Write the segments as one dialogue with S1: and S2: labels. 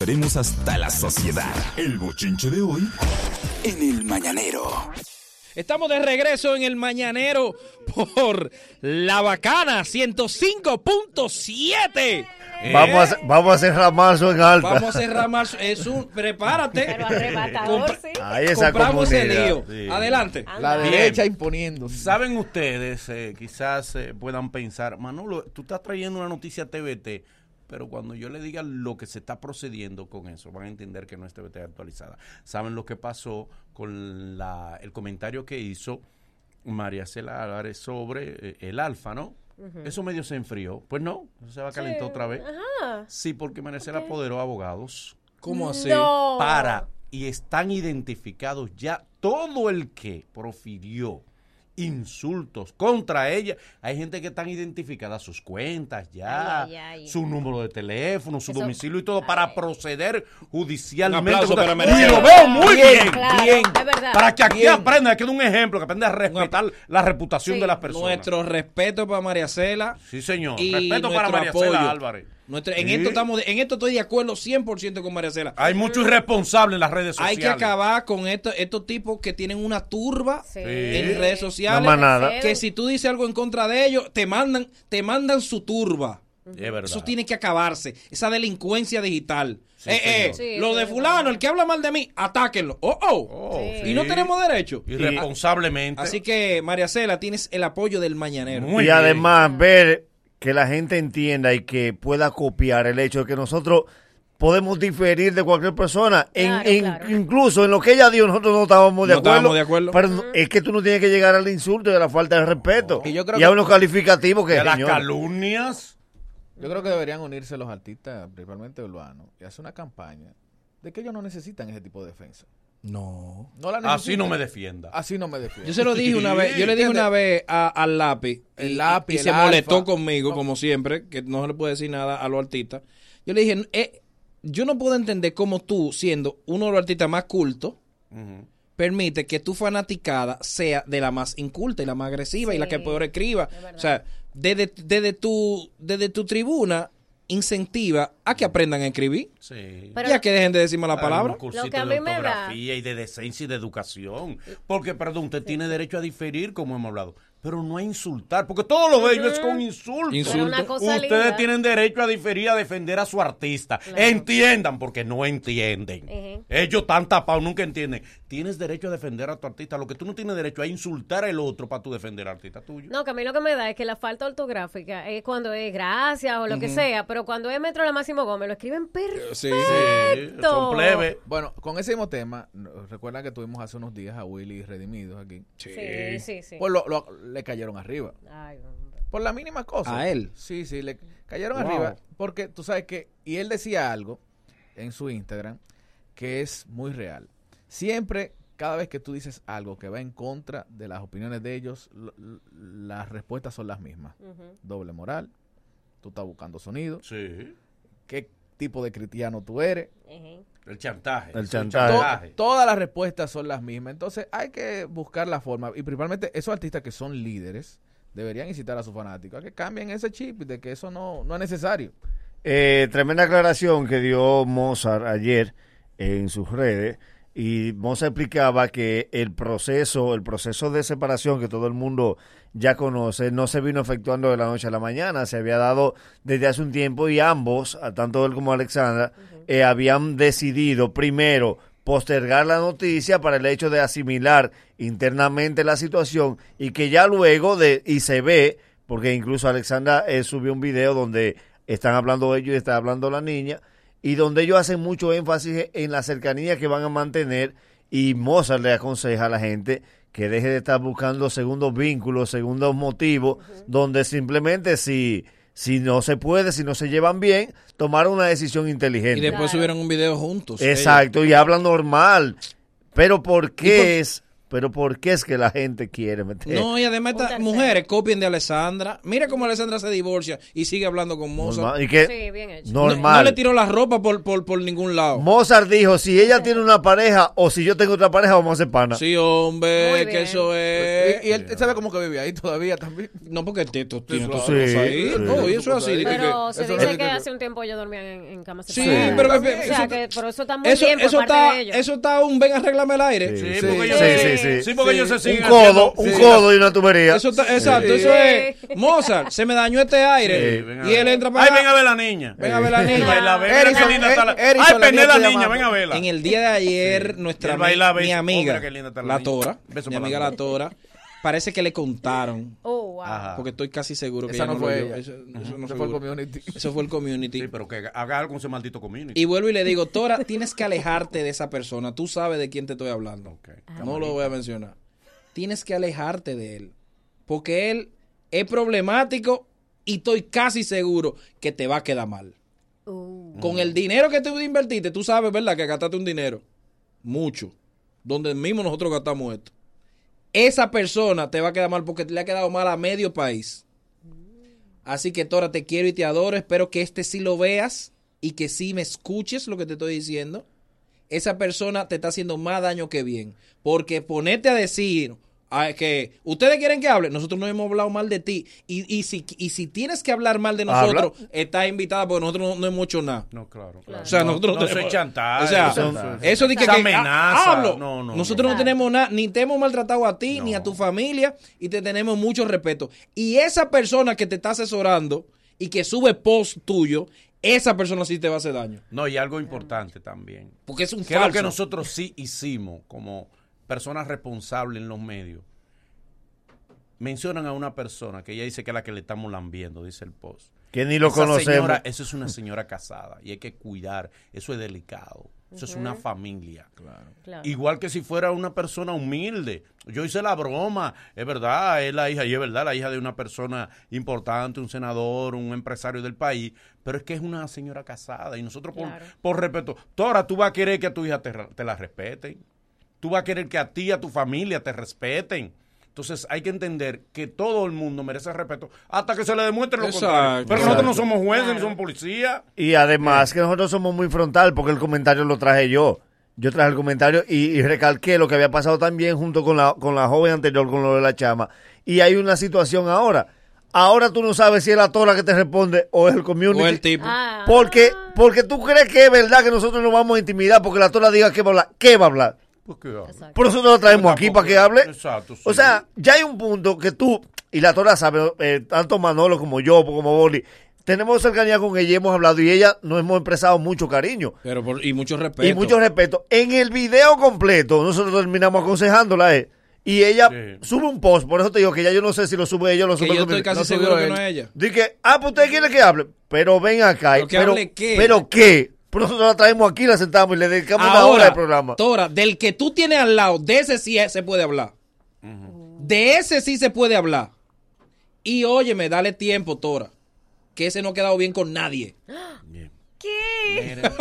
S1: Estaremos hasta la sociedad. El bochinche de hoy en el mañanero.
S2: Estamos de regreso en el mañanero por La Bacana 105.7. ¿Eh?
S3: Vamos, a, vamos a hacer ramazo en alta.
S2: Vamos a cerrar más. Es un, prepárate.
S4: Pero arrebatador, sí.
S3: Ahí esa
S2: Compramos el
S3: comunidad,
S2: lío.
S5: sí.
S2: Adelante.
S5: La
S4: Bien.
S5: derecha imponiendo.
S4: Saben ustedes, eh, quizás eh, puedan pensar, Manolo, tú estás trayendo una noticia TVT, pero cuando yo le diga lo que se está procediendo con eso, van a entender que no es TVT actualizada. Saben lo que pasó con la, el comentario que hizo María Cela Álvarez sobre eh, el alfa, ¿no? Eso medio se enfrió. Pues no, eso se va a calentar otra vez.
S6: Ajá.
S4: Sí, porque María Cela apoderó abogados
S2: ¿Cómo así?
S6: No.
S4: para y están identificados ya todo el que profirió insultos contra ella. Hay gente que están identificadas sus cuentas ya,
S6: Ay, ay, ay.
S4: su número de teléfono, su
S6: Eso-
S4: domicilio y todo para proceder judicialmente.
S2: Un aplauso
S4: contra-
S2: para María.
S4: Y lo veo muy
S6: Bien,
S4: bien.
S6: claro,
S4: bien.
S6: es verdad.
S4: Para que aquí
S2: Bien.
S4: aprenda, que es un ejemplo, que aprenda a respetar la reputación
S6: Sí.
S4: de las personas.
S2: Nuestro respeto para María Cela.
S4: Sí, señor.
S2: Y
S4: Respeto para
S2: nuestro
S4: María
S2: apoyo.
S4: Cela Álvarez.
S2: Nuestro- en,
S4: Sí.
S2: esto estamos de- en esto estoy de acuerdo 100% con María Cela.
S4: Hay mucho irresponsable en las redes Ah, sociales.
S2: Hay que acabar con esto- estos tipos que tienen una turba
S6: Sí.
S2: en redes sociales.
S3: Una manada.
S2: Que si tú dices algo en contra de ellos, te mandan, te mandan su turba.
S4: Es verdad.
S2: Eso tiene que acabarse. Esa delincuencia digital.
S4: Sí,
S2: Eh, eh,
S4: señor.
S6: Sí,
S2: lo
S6: sí,
S2: de
S6: sí.
S2: fulano, el que habla mal de mí, atáquenlo. Oh, oh.
S4: Oh,
S6: Sí.
S2: Y no tenemos derecho.
S4: Irresponsablemente.
S2: Así que, María Cela, tienes el apoyo del mañanero.
S4: Muy
S3: y
S4: bien.
S3: además ver que la gente entienda y que pueda copiar el hecho de que nosotros podemos diferir de cualquier persona. En-
S6: Claro,
S3: en-
S6: claro.
S3: Incluso en lo que ella dijo, nosotros no estábamos de
S2: No
S3: acuerdo.
S2: estábamos de acuerdo.
S3: Pero no- es que tú no tienes que llegar al insulto y a la falta de respeto.
S5: Y yo creo
S3: a
S5: que-
S3: unos calificativos que.
S4: de las
S3: señores,
S4: calumnias.
S5: Yo creo que deberían unirse los artistas, principalmente urbanos, y hacer una campaña de que ellos no necesitan ese tipo de defensa.
S2: No.
S5: No la necesitan.
S4: Así no me defienda.
S2: Ah,
S5: Así no me defiendo.
S2: Yo se lo dije una vez, yo le dije una vez a- al lápiz. y-
S5: El lápiz,
S2: Y, se
S5: el
S2: molestó
S5: alfa.
S2: conmigo,
S5: No.
S2: como siempre, que no se le puede decir nada a los artistas. Yo le dije, eh, yo no puedo entender cómo tú, siendo uno de los artistas más cultos,
S4: Ujú.
S2: permite que tu fanaticada sea de la más inculta y la más agresiva y
S6: Sí,
S2: la que peor escriba.
S6: es verdad.
S2: O sea, desde, desde, tu, desde tu tribuna incentiva a que aprendan a escribir
S4: Sí.
S6: Pero-
S2: y a que dejen de decir mala
S4: Hay
S2: palabra.
S4: Un cursito
S6: Lo que a
S4: de
S6: mí me da-
S4: ortografía y de decencia y de educación. Porque, perdón, usted tiene derecho a diferir, como hemos hablado. Pero no a insultar, porque todo lo de ellos es con insultos.
S2: Insulto. Pero
S6: Mm. una cosa
S4: Ustedes
S6: linda.
S4: tienen derecho a diferir, a defender a su artista.
S6: Claro.
S4: Entiendan, porque no entienden.
S6: Ujú.
S4: Ellos están tapados, nunca entienden. Tienes derecho a defender a tu artista. Lo que tú no tienes derecho a insultar al otro para tú defender al artista tuyo.
S6: No, que a mí lo que me da es que la falta ortográfica es cuando es gracias o lo que sea, pero cuando es Metro la Máximo Gómez lo escriben perfecto.
S2: Sí.
S4: Sí, son plebes.
S5: Bueno, con ese mismo tema, no- recuerdan que tuvimos hace unos días a Willy Redimidos aquí.
S6: Sí, sí, sí.
S5: Pues lo- lo- le cayeron arriba.
S6: Ay,
S5: Por la mínima cosa.
S2: ¿A él?
S5: Sí, sí, le cayeron
S2: Wow.
S5: arriba. Porque tú sabes que, y él decía algo en su Instagram que es muy real. Siempre, cada vez que tú dices algo que va en contra de las opiniones de ellos, lo- l- las respuestas son las mismas.
S6: ujú.
S5: Doble moral, tú estás buscando sonido,
S4: Sí.
S5: qué tipo de cristiano tú eres.
S6: Ujú.
S4: El chantaje.
S3: El
S4: Es un
S3: chantaje.
S5: To- todas las respuestas son las mismas. Entonces hay que buscar la forma. Y principalmente esos artistas que son líderes deberían incitar a sus fanáticos a que cambien ese chip de que eso no, no es necesario.
S3: Eh, tremenda aclaración que dio Mozart ayer en sus redes. Y Mozart explicaba que el proceso, el proceso de separación que todo el mundo ya conoce, no se vino efectuando de la noche a la mañana, se había dado desde hace un tiempo y ambos, a tanto él como Alexandra, eh, habían decidido primero postergar la noticia para el hecho de asimilar internamente la situación y que ya luego de, y se ve, porque incluso Alexandra eh, subió un video donde están hablando ellos y está hablando la niña, y donde ellos hacen mucho énfasis en la cercanía que van a mantener y Mozart le aconseja a la gente que deje de estar buscando segundos vínculos, segundos motivos, donde simplemente si, si no se puede, si no se llevan bien, tomar una decisión inteligente.
S2: Y después
S6: Claro.
S2: subieron un video juntos.
S3: Exacto, y habla normal. Pero ¿por
S2: ¿Y
S3: qué
S2: por-
S3: es Pero ¿por qué es que la gente quiere
S6: Eh,
S3: meter?
S2: No, y además
S6: Un
S2: estas
S6: tercero.
S2: mujeres copien de Alessandra. Mira cómo Alessandra se divorcia y sigue hablando con Mozart.
S3: Normal- y que-
S6: Sí, bien hecho.
S2: Eh, No-
S3: normal.
S2: No, le tiró la ropa por, por, por ningún lado.
S3: Mozart dijo, si ella tiene una pareja o si yo tengo otra pareja, vamos a ser panas.
S2: Sí,
S6: Muy
S2: hombre,
S6: bien.
S2: que eso
S3: Eh,
S2: es.
S5: y, y él sabe cómo que vive ahí todavía también.
S2: No, porque te, tú tienes
S5: Sí,
S2: tus
S5: sí,
S2: cosas ahí.
S3: sí.
S2: No, y eso es así. de que-
S6: Pero se
S5: Eso
S6: dice
S5: es-
S6: que hace un tiempo ellos dormían en, en camas
S2: Sí,
S6: separadas.
S2: pero que-
S6: o sea,
S2: eso-
S6: que por eso está muy
S2: que- eso,
S6: bien por
S2: eso,
S6: parte
S2: está,
S6: de ellos.
S2: eso está un ven, arreglame el aire.
S3: Sí,
S4: Sí,
S3: sí,
S4: porque ellos-
S3: sí, sí, sí.
S4: Sí, porque ellos se
S3: Un
S4: siguen
S3: codo,
S4: haciendo-
S3: un
S4: sí.
S3: codo y una tubería.
S2: Eso está- Exacto, eso es. Mozart, se me dañó este aire.
S4: Sí, ven a
S2: y él
S4: ver.
S2: entra para
S4: Ay,
S2: acá.
S4: ven a ver la niña.
S2: Ven a ver la niña.
S4: Eh.
S2: eh,
S4: Baila, ven, mira
S5: Erison,
S4: qué linda está la-
S5: Er- Erison,
S4: Ay,
S5: la
S4: perdé
S5: niña
S4: la
S5: está
S4: niña,
S5: llamando.
S4: ven a verla.
S2: En el día de ayer, nuestra
S4: Él
S2: ami-
S4: baila,
S2: mi
S4: ves,
S2: amiga,
S4: hombre, qué linda está la
S2: la
S4: niña.
S2: Tora,
S4: Beso
S2: mi
S4: para la
S2: amiga la
S4: niña.
S2: Tora, parece que le contaron.
S6: Oh, wow.
S4: Ajá.
S2: Porque estoy casi seguro que
S5: Esa
S2: ella
S5: no
S2: lo
S5: fue
S2: oyó.
S5: ella.
S2: Eso, eso no
S5: Se fue
S2: seguro.
S5: el community.
S2: Eso fue el community.
S4: Sí, pero que haga algo con ese maldito community.
S2: Y vuelvo y le digo, Tora, tienes que alejarte de esa persona. Tú sabes de quién te estoy hablando.
S4: Ok.
S2: No lo voy a mencionar. Tienes que alejarte de él. Porque él es problemático y estoy casi seguro que te va a quedar mal.
S6: Uh.
S2: Con el dinero que tú invertiste, tú sabes, ¿verdad? Que gastaste un dinero. Mucho. Donde mismo nosotros gastamos esto. Esa persona te va a quedar mal porque le ha quedado mal a medio país. Así que Tora, te quiero y te adoro. Espero que este sí lo veas y que sí me escuches lo que te estoy diciendo. Esa persona te está haciendo más daño que bien. Porque ponerte a decir ah, que ustedes quieren que hable, nosotros no hemos hablado mal de ti. Y, y si, y si tienes que hablar mal de
S3: Habla.
S2: nosotros, estás invitada porque nosotros no, no hemos hecho nada.
S4: No, claro. claro.
S2: O sea,
S4: No,
S2: nosotros
S4: no
S2: tenemos-
S4: soy chantaje.
S2: O sea,
S4: no soy chantaje.
S2: eso de que,
S4: Esa
S2: que- ah,
S4: amenaza.
S2: hablo.
S4: No, no,
S2: Nosotros no,
S6: no.
S2: tenemos nada, ni te hemos maltratado a ti,
S4: No.
S2: ni a tu familia, y te tenemos mucho respeto. Y esa persona que te está asesorando y que sube post tuyo, esa persona sí te va a hacer daño.
S4: No, y algo importante también.
S2: Porque es un
S4: Que es lo
S2: falso.
S4: que nosotros sí hicimos como personas responsables en los medios. Mencionan a una persona que ella dice que es la que le estamos lambiendo, dice el post.
S3: Que ni lo
S4: Esa
S3: conocemos.
S4: señora- eso es una señora casada y hay que cuidar. Eso es delicado. Eso es una familia.
S6: Claro.
S4: Igual que si fuera una persona humilde. Yo hice la broma, es verdad, es la hija, y es verdad, la hija de una persona importante, un senador, un empresario del país, pero es que es una señora casada y nosotros por,
S6: Claro.
S4: por respeto. Tora, tú vas a querer que a tu hija te, ra- te la respeten. Tú vas a querer que a ti, a tu familia te respeten. Entonces hay que entender que todo el mundo merece respeto hasta que se le demuestre lo
S2: Exacto.
S4: contrario. Pero nosotros no
S3: Exacto.
S4: somos jueces,
S6: Claro.
S4: no somos policías.
S3: Y además que nosotros somos muy frontal porque el comentario lo traje yo. Yo traje el comentario y, y recalqué lo que había pasado también junto con la, con la joven anterior, con lo de la chama. Y hay una situación ahora. Ahora tú no sabes si es la tora que te responde o es el community.
S2: O el tipo.
S6: Ah.
S3: Porque, porque tú crees que es verdad que nosotros nos vamos a intimidar porque la tora diga que va a hablar. ¿Qué va a hablar?
S4: Pues que hable.
S6: Exacto.
S3: Por eso nosotros lo traemos aquí para que hable.
S4: Exacto, sí.
S3: O sea, ya hay un punto que tú y la Tora sabe, eh, tanto Manolo como yo, como Boli, tenemos cercanía con ella, hemos hablado y ella nos hemos expresado mucho cariño
S2: Pero por- y mucho respeto.
S3: y mucho respeto. En el video completo, nosotros terminamos aconsejándola eh, y ella
S4: Sí.
S3: sube un post. Por eso te digo que ya yo no sé si lo sube ella o lo
S2: que
S3: sube
S2: yo
S3: el
S2: estoy
S3: comité.
S2: casi
S5: no subió
S2: seguro que
S5: él.
S2: no es ella.
S3: Dije, ah, pues usted quiere que hable, pero ven acá.
S2: Pero que hable qué.
S3: ¿Pero qué? Por eso nosotros la traemos aquí, la sentamos y le dedicamos una hora al programa.
S2: Tora, del que tú tienes al lado, de ese sí se puede hablar. De ese sí se puede hablar. Y óyeme, dale tiempo, Tora. Que ese no ha quedado bien con nadie.
S4: Bien.
S6: ¿Qué?
S4: Miren.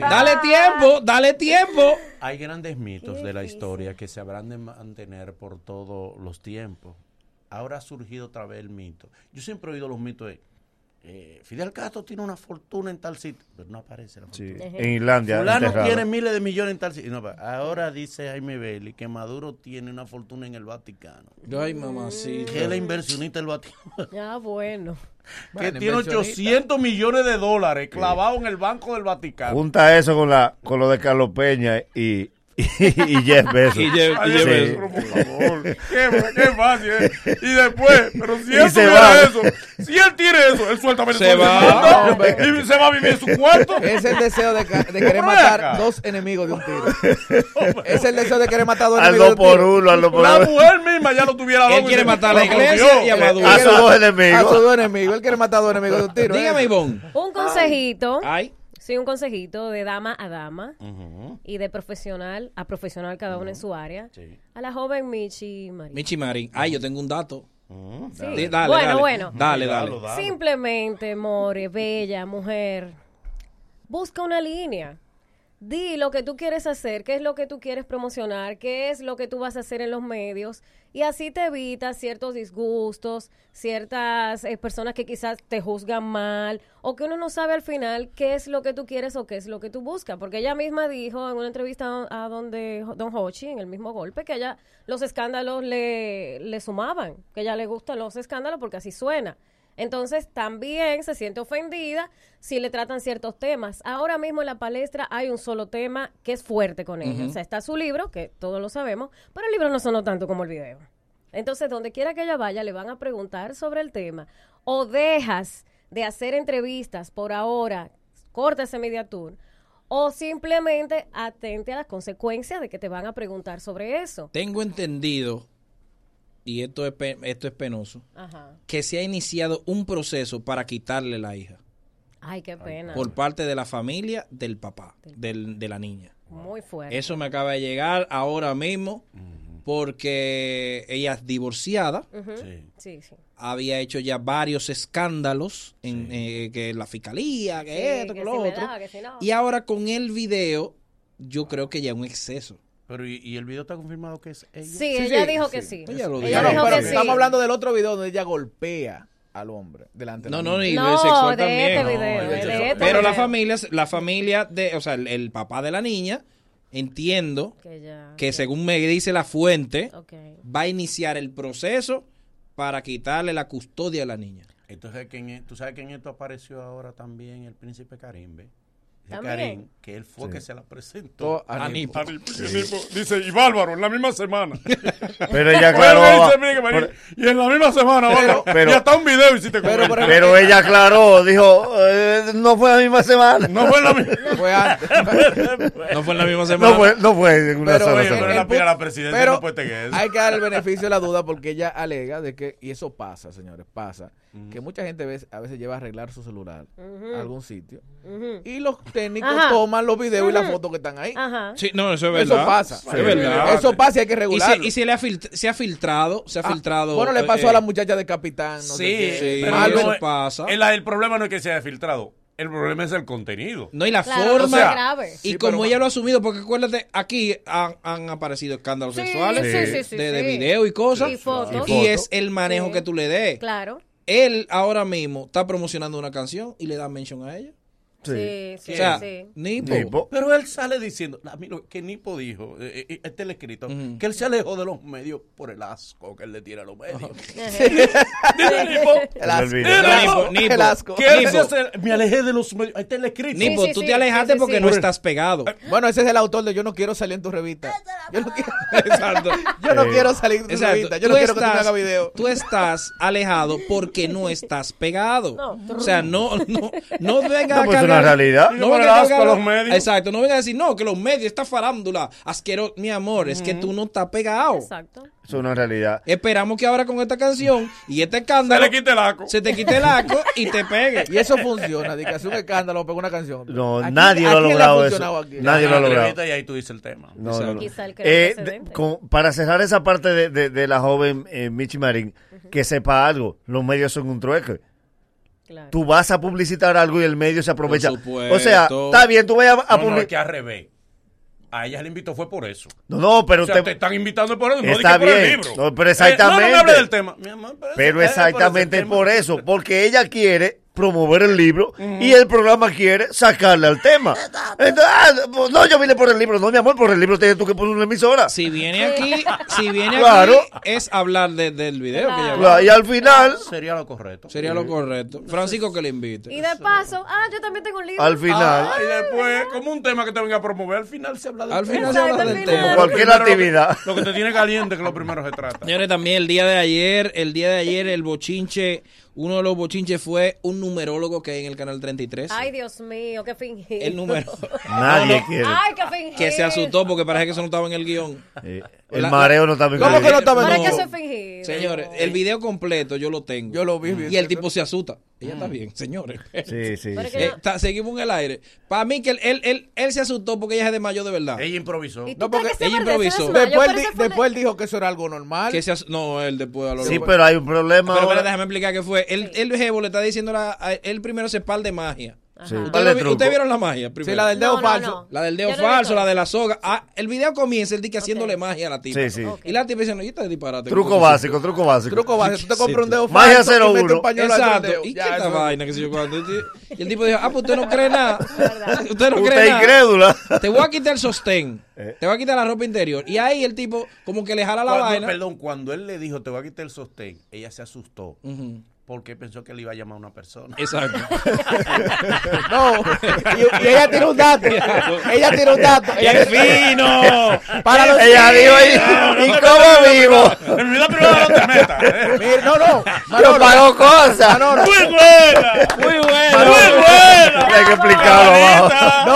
S2: Dale tiempo, dale tiempo.
S4: Hay grandes mitos de la historia que se habrán de mantener por todos los tiempos. Ahora ha surgido otra vez el mito. Yo siempre he oído los mitos de eh, Fidel Castro tiene una fortuna en tal sitio, pero no aparece la
S3: Sí,
S4: fortuna.
S3: en Irlanda.
S4: Fulano
S3: enterrado.
S4: tiene miles de millones en tal sitio. y no aparece. ahora dice Jaime Bailey que Maduro tiene una fortuna en el Vaticano.
S2: Ay, mamacita.
S4: Que es la inversionista del Vaticano.
S6: Ah, bueno.
S4: que
S5: Bueno,
S4: tiene
S5: inversionista.
S4: 800 millones de dólares clavado en el Banco del Vaticano.
S3: Junta eso con la con lo de Carlos Peña y, y, y Jeff Bezos.
S2: Y Jeff-
S4: Ay,
S2: y Jeff
S3: Sí.
S4: Dios mío, pero por favor. Qué, qué fácil. ¿eh? Y después, pero si él
S3: Y se
S4: tuviera
S3: va.
S4: eso, si él tiene eso, él suelta
S2: Se va.
S5: No, hombre.
S4: y se va a vivir en su cuarto.
S5: Es el deseo de, ca- de querer
S4: Ven acá.
S5: matar dos enemigos de un tiro. es el deseo de querer matar dos
S3: Al
S5: enemigos de
S3: dos
S5: un
S3: por
S5: tiro.
S3: uno, al dos por
S4: La
S3: uno.
S4: mujer misma ya lo tuviera
S2: Él
S4: loco y
S2: quiere
S4: se-
S2: matar a la
S4: lo
S2: iglesia
S4: cogió.
S2: y a Maduro.
S3: A sus dos enemigos.
S5: A sus dos enemigos. Él quiere matar dos enemigos de un tiro. ¿eh?
S2: Dígame, Ivonne.
S6: Un consejito.
S2: Ay,
S6: Sí, un consejito de dama a dama y de profesional a profesional cada uno en su área.
S4: Sí.
S6: A la joven Michi María.
S2: Michi Marín. Ay, yo tengo un dato.
S6: Sí.
S2: Sí, dale,
S6: bueno,
S2: dale.
S6: bueno.
S2: Dale, dale.
S4: Dalo, dalo.
S6: Simplemente, More, bella mujer, busca una línea. Di lo que tú quieres hacer, qué es lo que tú quieres promocionar, qué es lo que tú vas a hacer en los medios. Y así te evitas ciertos disgustos, ciertas eh, personas que quizás te juzgan mal o que uno no sabe al final qué es lo que tú quieres o qué es lo que tú buscas. Porque ella misma dijo en una entrevista a a donde Don Hochi, en el mismo golpe, que ella los escándalos le, le sumaban, que ella le gustan los escándalos porque así suena. Entonces también se siente ofendida si le tratan ciertos temas. Ahora mismo en la palestra hay un solo tema que es fuerte con ella. O sea, está su libro, que todos lo sabemos, pero el libro no sonó tanto como el video. Entonces, donde quiera que ella vaya, le van a preguntar sobre el tema. O dejas de hacer entrevistas por ahora, corta ese media tour. O simplemente atente a las consecuencias de que te van a preguntar sobre eso.
S2: Tengo entendido, y esto es, pe- esto es penoso,
S6: Ajá.
S2: que se ha iniciado un proceso para quitarle la hija
S6: Ay, qué pena.
S2: por parte de la familia del papá, del- de la niña.
S6: Muy fuerte.
S2: Eso me acaba de llegar ahora mismo porque ella es divorciada,
S4: Sí.
S6: Sí, sí.
S2: había hecho ya varios escándalos en eh, que la fiscalía, que
S6: Sí,
S2: esto, que,
S6: que
S2: lo
S6: si me
S2: otro.
S6: daba, que si no.
S2: Y ahora con el video, yo creo que ya es un exceso.
S4: Pero ¿y, y el video está confirmado que es ella?
S6: Sí,
S5: Sí,
S6: ella
S5: sí,
S6: dijo
S5: sí.
S6: que sí.
S2: Ella lo
S6: Ella
S5: No, no,
S6: dijo
S5: pero
S6: que sí.
S5: estamos hablando del otro video donde ella golpea al hombre delante de
S2: No,
S5: la
S2: no,
S5: niña.
S2: y
S6: No,
S2: lo sexual
S6: de
S2: también.
S6: este
S2: No,
S6: video,
S2: el
S4: de
S2: sexual.
S4: este
S2: Pero la
S6: video.
S2: familia, la familia de, o sea, el, el papá de la niña, entiendo
S6: Que ya.
S2: que según me dice la fuente,
S6: Ok.
S2: va a iniciar el proceso para quitarle la custodia a la niña.
S4: Entonces, que en e- tú sabes que en esto apareció ahora también el príncipe Karim, ¿ve? Ese
S6: También.
S4: Karim, que él fue que se la presentó.
S5: Todo a
S2: A
S5: Nipo.
S2: Nipo.
S7: Dice, y Bárbaro, en la misma semana.
S3: Pero ella
S7: Pero
S3: aclaró.
S7: él dice, mire, que me-
S3: pero-
S7: y en la misma semana, Bárbaro.
S3: pero-
S7: y hasta un video hiciste con
S5: Pero,
S7: él.
S5: por ejemplo,
S3: Pero ella aclaró, dijo, eh, no fue la misma semana.
S7: No fue en la misma.
S5: fue antes.
S2: No fue en la misma semana.
S3: No fue, no fue en una
S5: Pero,
S3: sola
S5: oye,
S3: semana.
S7: Pero eh, la
S5: pu-
S7: pila a la presidencia
S5: pero
S7: no puede tener eso.
S5: hay que dar el beneficio de la duda porque ella alega de que, y eso pasa, señores, pasa, que mucha gente ve- a veces lleva a arreglar su celular a algún sitio
S6: Ujú.
S5: y los técnicos
S6: Ajá.
S5: toman los videos y las
S6: Ujú. Ah.
S5: fotos que están ahí.
S6: Ajá.
S2: Sí, no, eso es
S5: Eso
S2: verdad.
S5: pasa.
S2: Es verdad.
S5: Eso pasa y hay que
S2: Y,
S5: regularlo.
S2: se, y se le ha filt- se ha filtrado, se ha
S5: Ah,
S2: filtrado.
S5: Bueno, le pasó
S2: eh,
S5: a la muchacha de capitán. No
S4: sí,
S5: sé qué.
S2: sí,
S4: pero
S5: Malo.
S2: eso
S4: no,
S2: pasa.
S4: El, el problema no es que se haya filtrado, el problema es el contenido.
S2: No, y la
S6: Claro,
S2: forma.
S6: no es grave.
S2: Y
S5: Sí,
S2: como
S5: pero-
S2: ella lo ha asumido, porque acuérdate, aquí han, han aparecido escándalos
S6: Sí,
S2: sexuales
S6: sí, sí, sí,
S2: de, de
S6: sí.
S2: video y cosas.
S6: Y fotos.
S2: Y,
S6: Y
S3: fotos.
S2: es el manejo
S6: Sí.
S2: que tú le des.
S6: Claro.
S2: Él ahora mismo está promocionando una canción y le da mention a ella.
S6: Sí, sí,
S2: o sea,
S6: sí.
S2: Nipo.
S3: Tipo,
S4: Pero él sale diciendo, a mí lo que Nipo dijo, eh, eh, este el escrito, que él se alejó de los medios por el asco que él le tira a los medios. Dice Nipo,
S5: El asco.
S3: El
S5: El asco.
S2: Nipo,
S5: El asco.
S4: que él
S2: Nipo.
S4: se hace- me alejé de los medios, ahí está el escrito.
S2: Nipo,
S6: sí,
S2: tú
S6: sí,
S2: te alejaste
S6: sí, sí,
S2: porque
S6: sí.
S2: no estás pegado.
S5: Bueno, ese es el autor de Yo no quiero salir en tu revista. Yo no quiero,
S2: Exacto.
S5: yo no
S3: Eh,
S5: quiero salir en tu
S2: Exacto.
S5: revista. Yo
S2: Tú
S5: no quiero que tú me
S2: estás-
S5: hagas video.
S2: Tú estás alejado porque no estás pegado. O sea, no, no, no venga
S3: No,
S2: a
S3: pues, es
S2: cargar-
S3: una realidad.
S7: Y no
S2: venga
S7: le das
S2: cargar-
S7: con los medios.
S2: Exacto, no venga a decir, no, que los medios, esta farándula, asqueroso. Mi amor, es que tú no estás pegado.
S6: Exacto.
S3: es una realidad.
S2: Esperamos que ahora con esta canción y este
S7: Se
S2: escándalo
S7: le quita el aco.
S2: se te quite el aco y te pegue.
S5: Y eso funciona, de que hace un escándalo, pegó una canción.
S3: No,
S5: Aquí-
S3: nadie
S5: aquí
S3: lo ha
S5: le
S3: logrado
S5: funcionado
S3: eso.
S5: aquí.
S3: Nadie lo ha
S4: La
S3: logrado.
S4: entrevista Y ahí tú dices el tema.
S3: No, no, no.
S6: Quizá el que
S3: Eh,
S6: era
S3: de-
S6: precedente.
S3: con- para cerrar esa parte de, de- de la joven eh, Michi Marín, que sepa algo, los medios son un trueque.
S6: Claro.
S3: Tú vas a publicitar algo y el medio se aprovecha.
S2: Por supuesto.
S3: O sea, está bien, tú vas a,
S4: No, no, es que
S3: publicitar.
S4: al revés. A ella le invitó fue por eso.
S3: No, no, pero
S4: O sea,
S3: te-
S4: te están invitando por eso, no
S3: Está
S4: dije por el
S3: bien.
S4: libro.
S3: No, pero
S4: Eh, no, no
S3: exactamente.
S4: me hable del tema. Mi amor, pero,
S3: Pero
S4: eso- eh,
S3: exactamente
S4: ese tema.
S3: por eso, porque ella quiere promover el libro y el programa quiere sacarle al tema. Entonces, ah, no, yo vine por el libro, no, mi amor, por el libro tienes tú que poner una emisora.
S2: Si viene aquí, si viene
S3: Claro.
S2: aquí, es hablar de- del video que ya
S3: Claro, Y al final,
S4: Sería lo correcto.
S2: Sería lo correcto. Francisco que le invite.
S6: Y de paso, ah, yo también tengo un libro.
S3: al final,
S4: Ah, y después, como un tema que te venga a promover, al final se habla de
S2: Al final se
S6: Exacto,
S2: habla
S6: al
S2: del
S6: final.
S2: tema.
S3: cualquier actividad.
S4: Lo que te tiene caliente que lo primero se trata.
S2: Señores, también el día de ayer, el día de ayer, el bochinche, uno de los bochinches fue un numerólogo que hay en el canal 33.
S6: Ay, Dios mío, qué fingido.
S2: el número
S3: Nadie quiere.
S6: Ay, qué fingido.
S2: que se asustó porque parece que eso no estaba en el guión.
S3: Eh, el
S2: La-
S3: mareo no está bien.
S5: ¿Cómo que no estaba
S6: Pero
S5: en
S6: es
S5: el
S6: que
S5: guión?
S6: eso es fingido.
S2: Señores, el video completo yo lo tengo.
S5: Yo lo vi, vi
S2: Y el
S5: eso.
S2: tipo se asusta. Ella está bien, señores.
S3: Sí, sí,
S6: Pero es
S3: sí.
S6: que
S2: Eh, está- seguimos en el aire. Para mí que él, él, él, él se asustó porque ella se desmayó de verdad.
S4: Ella improvisó.
S6: ¿Y tú
S5: No, porque
S6: crees que
S2: eh, ella
S6: se merece
S2: improvisó.
S6: desmayo?
S5: Después,
S6: Pero
S5: di-
S6: ese fue
S5: después él dijo que eso era algo normal.
S2: Que se as- no, él después a lo
S3: Sí, pero hay un problema.
S2: Pero,
S3: ahora.
S2: espera, déjame explicar qué fue. El, el jevo le está diciendo, la- a- él primero se par de magia.
S3: Sí.
S6: Ajá.
S3: Dale
S2: ¿Ustedes, lo vi-
S3: truco.
S2: ustedes vieron la magia primero?
S5: Sí, la del dedo
S6: No, no,
S5: falso.
S6: no.
S2: La del dedo
S6: Yo no vi
S2: falso,
S6: todo.
S2: la de la soga. Ah, el video comienza el dique haciéndole
S6: Ok.
S2: magia a la tipa.
S3: Sí, sí.
S6: Ok.
S2: Y la tipa diciendo, ¿y este disparate?
S3: Truco
S2: ¿Cómo
S3: básico, truco básico.
S5: Truco básico, tú te compras un dedo
S3: Magia
S5: falso y
S3: 01.
S5: metes un pañuelo al
S2: Exacto.
S5: dedo.
S2: ¿Y qué
S5: Ya,
S2: esta
S5: eso-
S2: vaina que se yo cuando? Y el tipo dijo, ah, pues usted no cree nada.
S6: verdad.
S2: usted no cree
S3: Usted
S2: nada.
S3: incrédula.
S2: Te voy a quitar el sostén.
S3: Eh.
S2: Te voy a quitar la ropa interior. Y ahí el tipo como que le jala la
S4: Cuando-
S2: vaina.
S4: Perdón, cuando él le dijo, te voy a quitar el sostén, ella se asustó
S2: Ujú.
S4: porque pensó que le iba a llamar a una persona.
S2: Exacto.
S5: No, y, y ella tiene un dato. ella tiene un dato. Ella
S2: ¡Qué fino!
S5: Para los
S3: Ella dijo, ¿y, ¿y cómo vivo?
S7: En mi vida privada no te metas. ¿eh?
S5: Mira, no, no.
S3: Yo
S5: Manolo,
S3: pago cosas.
S5: Manolo,
S7: ¡Muy buena!
S2: Muy
S3: Manolo,
S2: bueno.
S3: Hay que explicarlo abajo.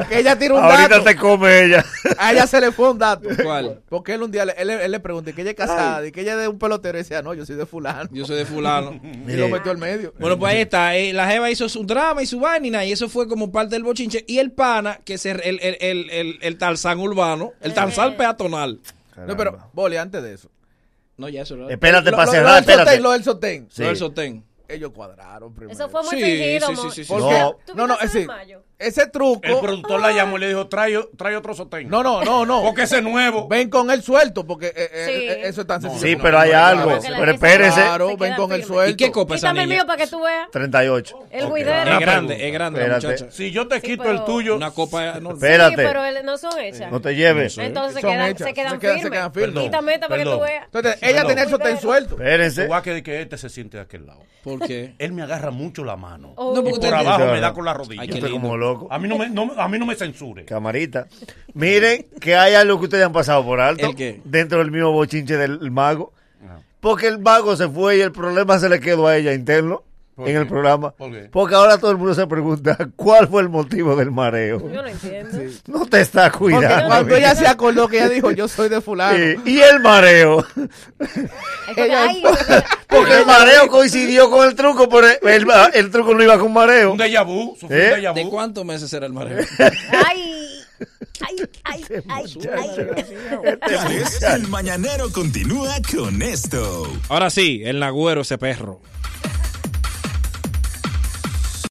S5: no, que ella tiene un
S3: Ahorita
S5: dato.
S3: te come ella.
S5: A ella se le fue un dato.
S2: ¿Cuál?
S5: Porque él un día le, él, él le preguntó que ella es casada y que ella es de un pelotero y decía, no, yo soy de fulano.
S2: Yo soy de fulano.
S5: Y lo metió al medio.
S2: Bueno, pues ahí está. eh, la Jeva hizo su drama y su vaina y eso fue como parte del bochinche. Y el pana, que es el, el, el, el, el Tarzán urbano, el Tarzán peatonal.
S5: No, pero, Boli, antes de eso.
S2: No, ya eso no.
S3: Espérate
S5: Lo-
S3: para
S5: lo-
S3: cerrar,
S5: Lo del
S3: espérate.
S5: sostén, lo del sostén.
S3: Sí.
S2: Lo del sostén.
S5: Ellos cuadraron primero.
S6: Eso fue muy
S2: Sí,
S6: fingido,
S2: sí, sí,
S6: mo-
S2: sí, sí.
S5: ¿Por
S3: No.
S5: qué?
S6: ¿Tú
S5: No, no,
S6: quieres
S5: es
S6: hacer
S5: decir,
S6: mayo?
S5: ese truco.
S4: El productor la llamó y le dijo, trae, trae otro sostén.
S5: No, no, no, no.
S4: Porque ese es nuevo.
S5: Ven con el suelto, porque eh, eh,
S6: Sí.
S5: eh, eso es tan
S4: No,
S5: sencillo.
S3: Sí, pero hay algo.
S6: Porque la
S3: Pero
S6: gente se
S3: espérese.
S5: Claro,
S6: Se
S5: ven
S6: queda
S5: con el
S6: firme.
S2: ¿Y
S5: suelto.
S2: qué copa esa
S6: Quítame el mío
S2: niña?
S6: para que tú veas.
S3: 38.
S6: El
S4: Ok,
S6: guidero.
S2: Es
S4: Una
S2: grande,
S4: pregunta.
S2: es grande la
S3: Espérate.
S2: muchacha.
S4: Si yo te quito
S6: pero-
S4: el tuyo,
S2: Una copa enorme.
S6: Sí,
S3: Espérate.
S6: pero él- no son hechas.
S3: No te ¿eh? lleves.
S6: Entonces se
S5: Son
S6: quedan,
S5: hechas,
S6: se quedan
S5: se quedan- se
S6: firmes.
S5: quedan firmes.
S6: Quítame esta para que tú
S4: Perdón.
S6: veas.
S5: Entonces, ella
S4: No.
S5: tenía el sostén suelto.
S4: te
S3: Espérense.
S4: voy a que, que este se siente de aquel lado.
S2: ¿Por qué?
S4: Él me agarra mucho la mano.
S6: Oh.
S2: No, porque
S4: Por
S2: usted-
S4: abajo
S3: Claro.
S4: me da con la rodilla.
S2: Ay,
S3: Yo
S2: qué
S3: estoy
S2: lindo.
S3: como loco.
S4: A mí no me, no- a mí no me censure.
S3: Camarita. Miren que hay algo que ustedes han pasado por alto.
S2: ¿El qué?
S3: Dentro del mismo bochinche del mago. Porque el mago se fue y el problema se le quedó a ella interno
S4: ¿Por
S3: en
S4: qué?
S3: el programa.
S4: ¿Por qué?
S3: Porque ahora todo el mundo se pregunta cuál fue el motivo del mareo.
S6: Yo no entiendo.
S3: No te está
S5: Porque
S3: cuidando.
S5: cuando ella se acordó que ella dijo, yo soy de fulano.
S3: Eh, y el mareo.
S6: Es que-
S5: Ella-
S6: ay, yo-
S3: Porque el mareo coincidió con el truco, pero el, el truco no iba con mareo.
S4: Un déjà vu, sufrí
S3: ¿Eh?
S4: un déjà
S2: ¿De
S4: vu.
S2: cuántos meses será el mareo?
S6: ay, ay, ay, ay, ay.
S1: El mañanero Pues, continúa con esto.
S2: Ahora sí, el nagüero ese perro.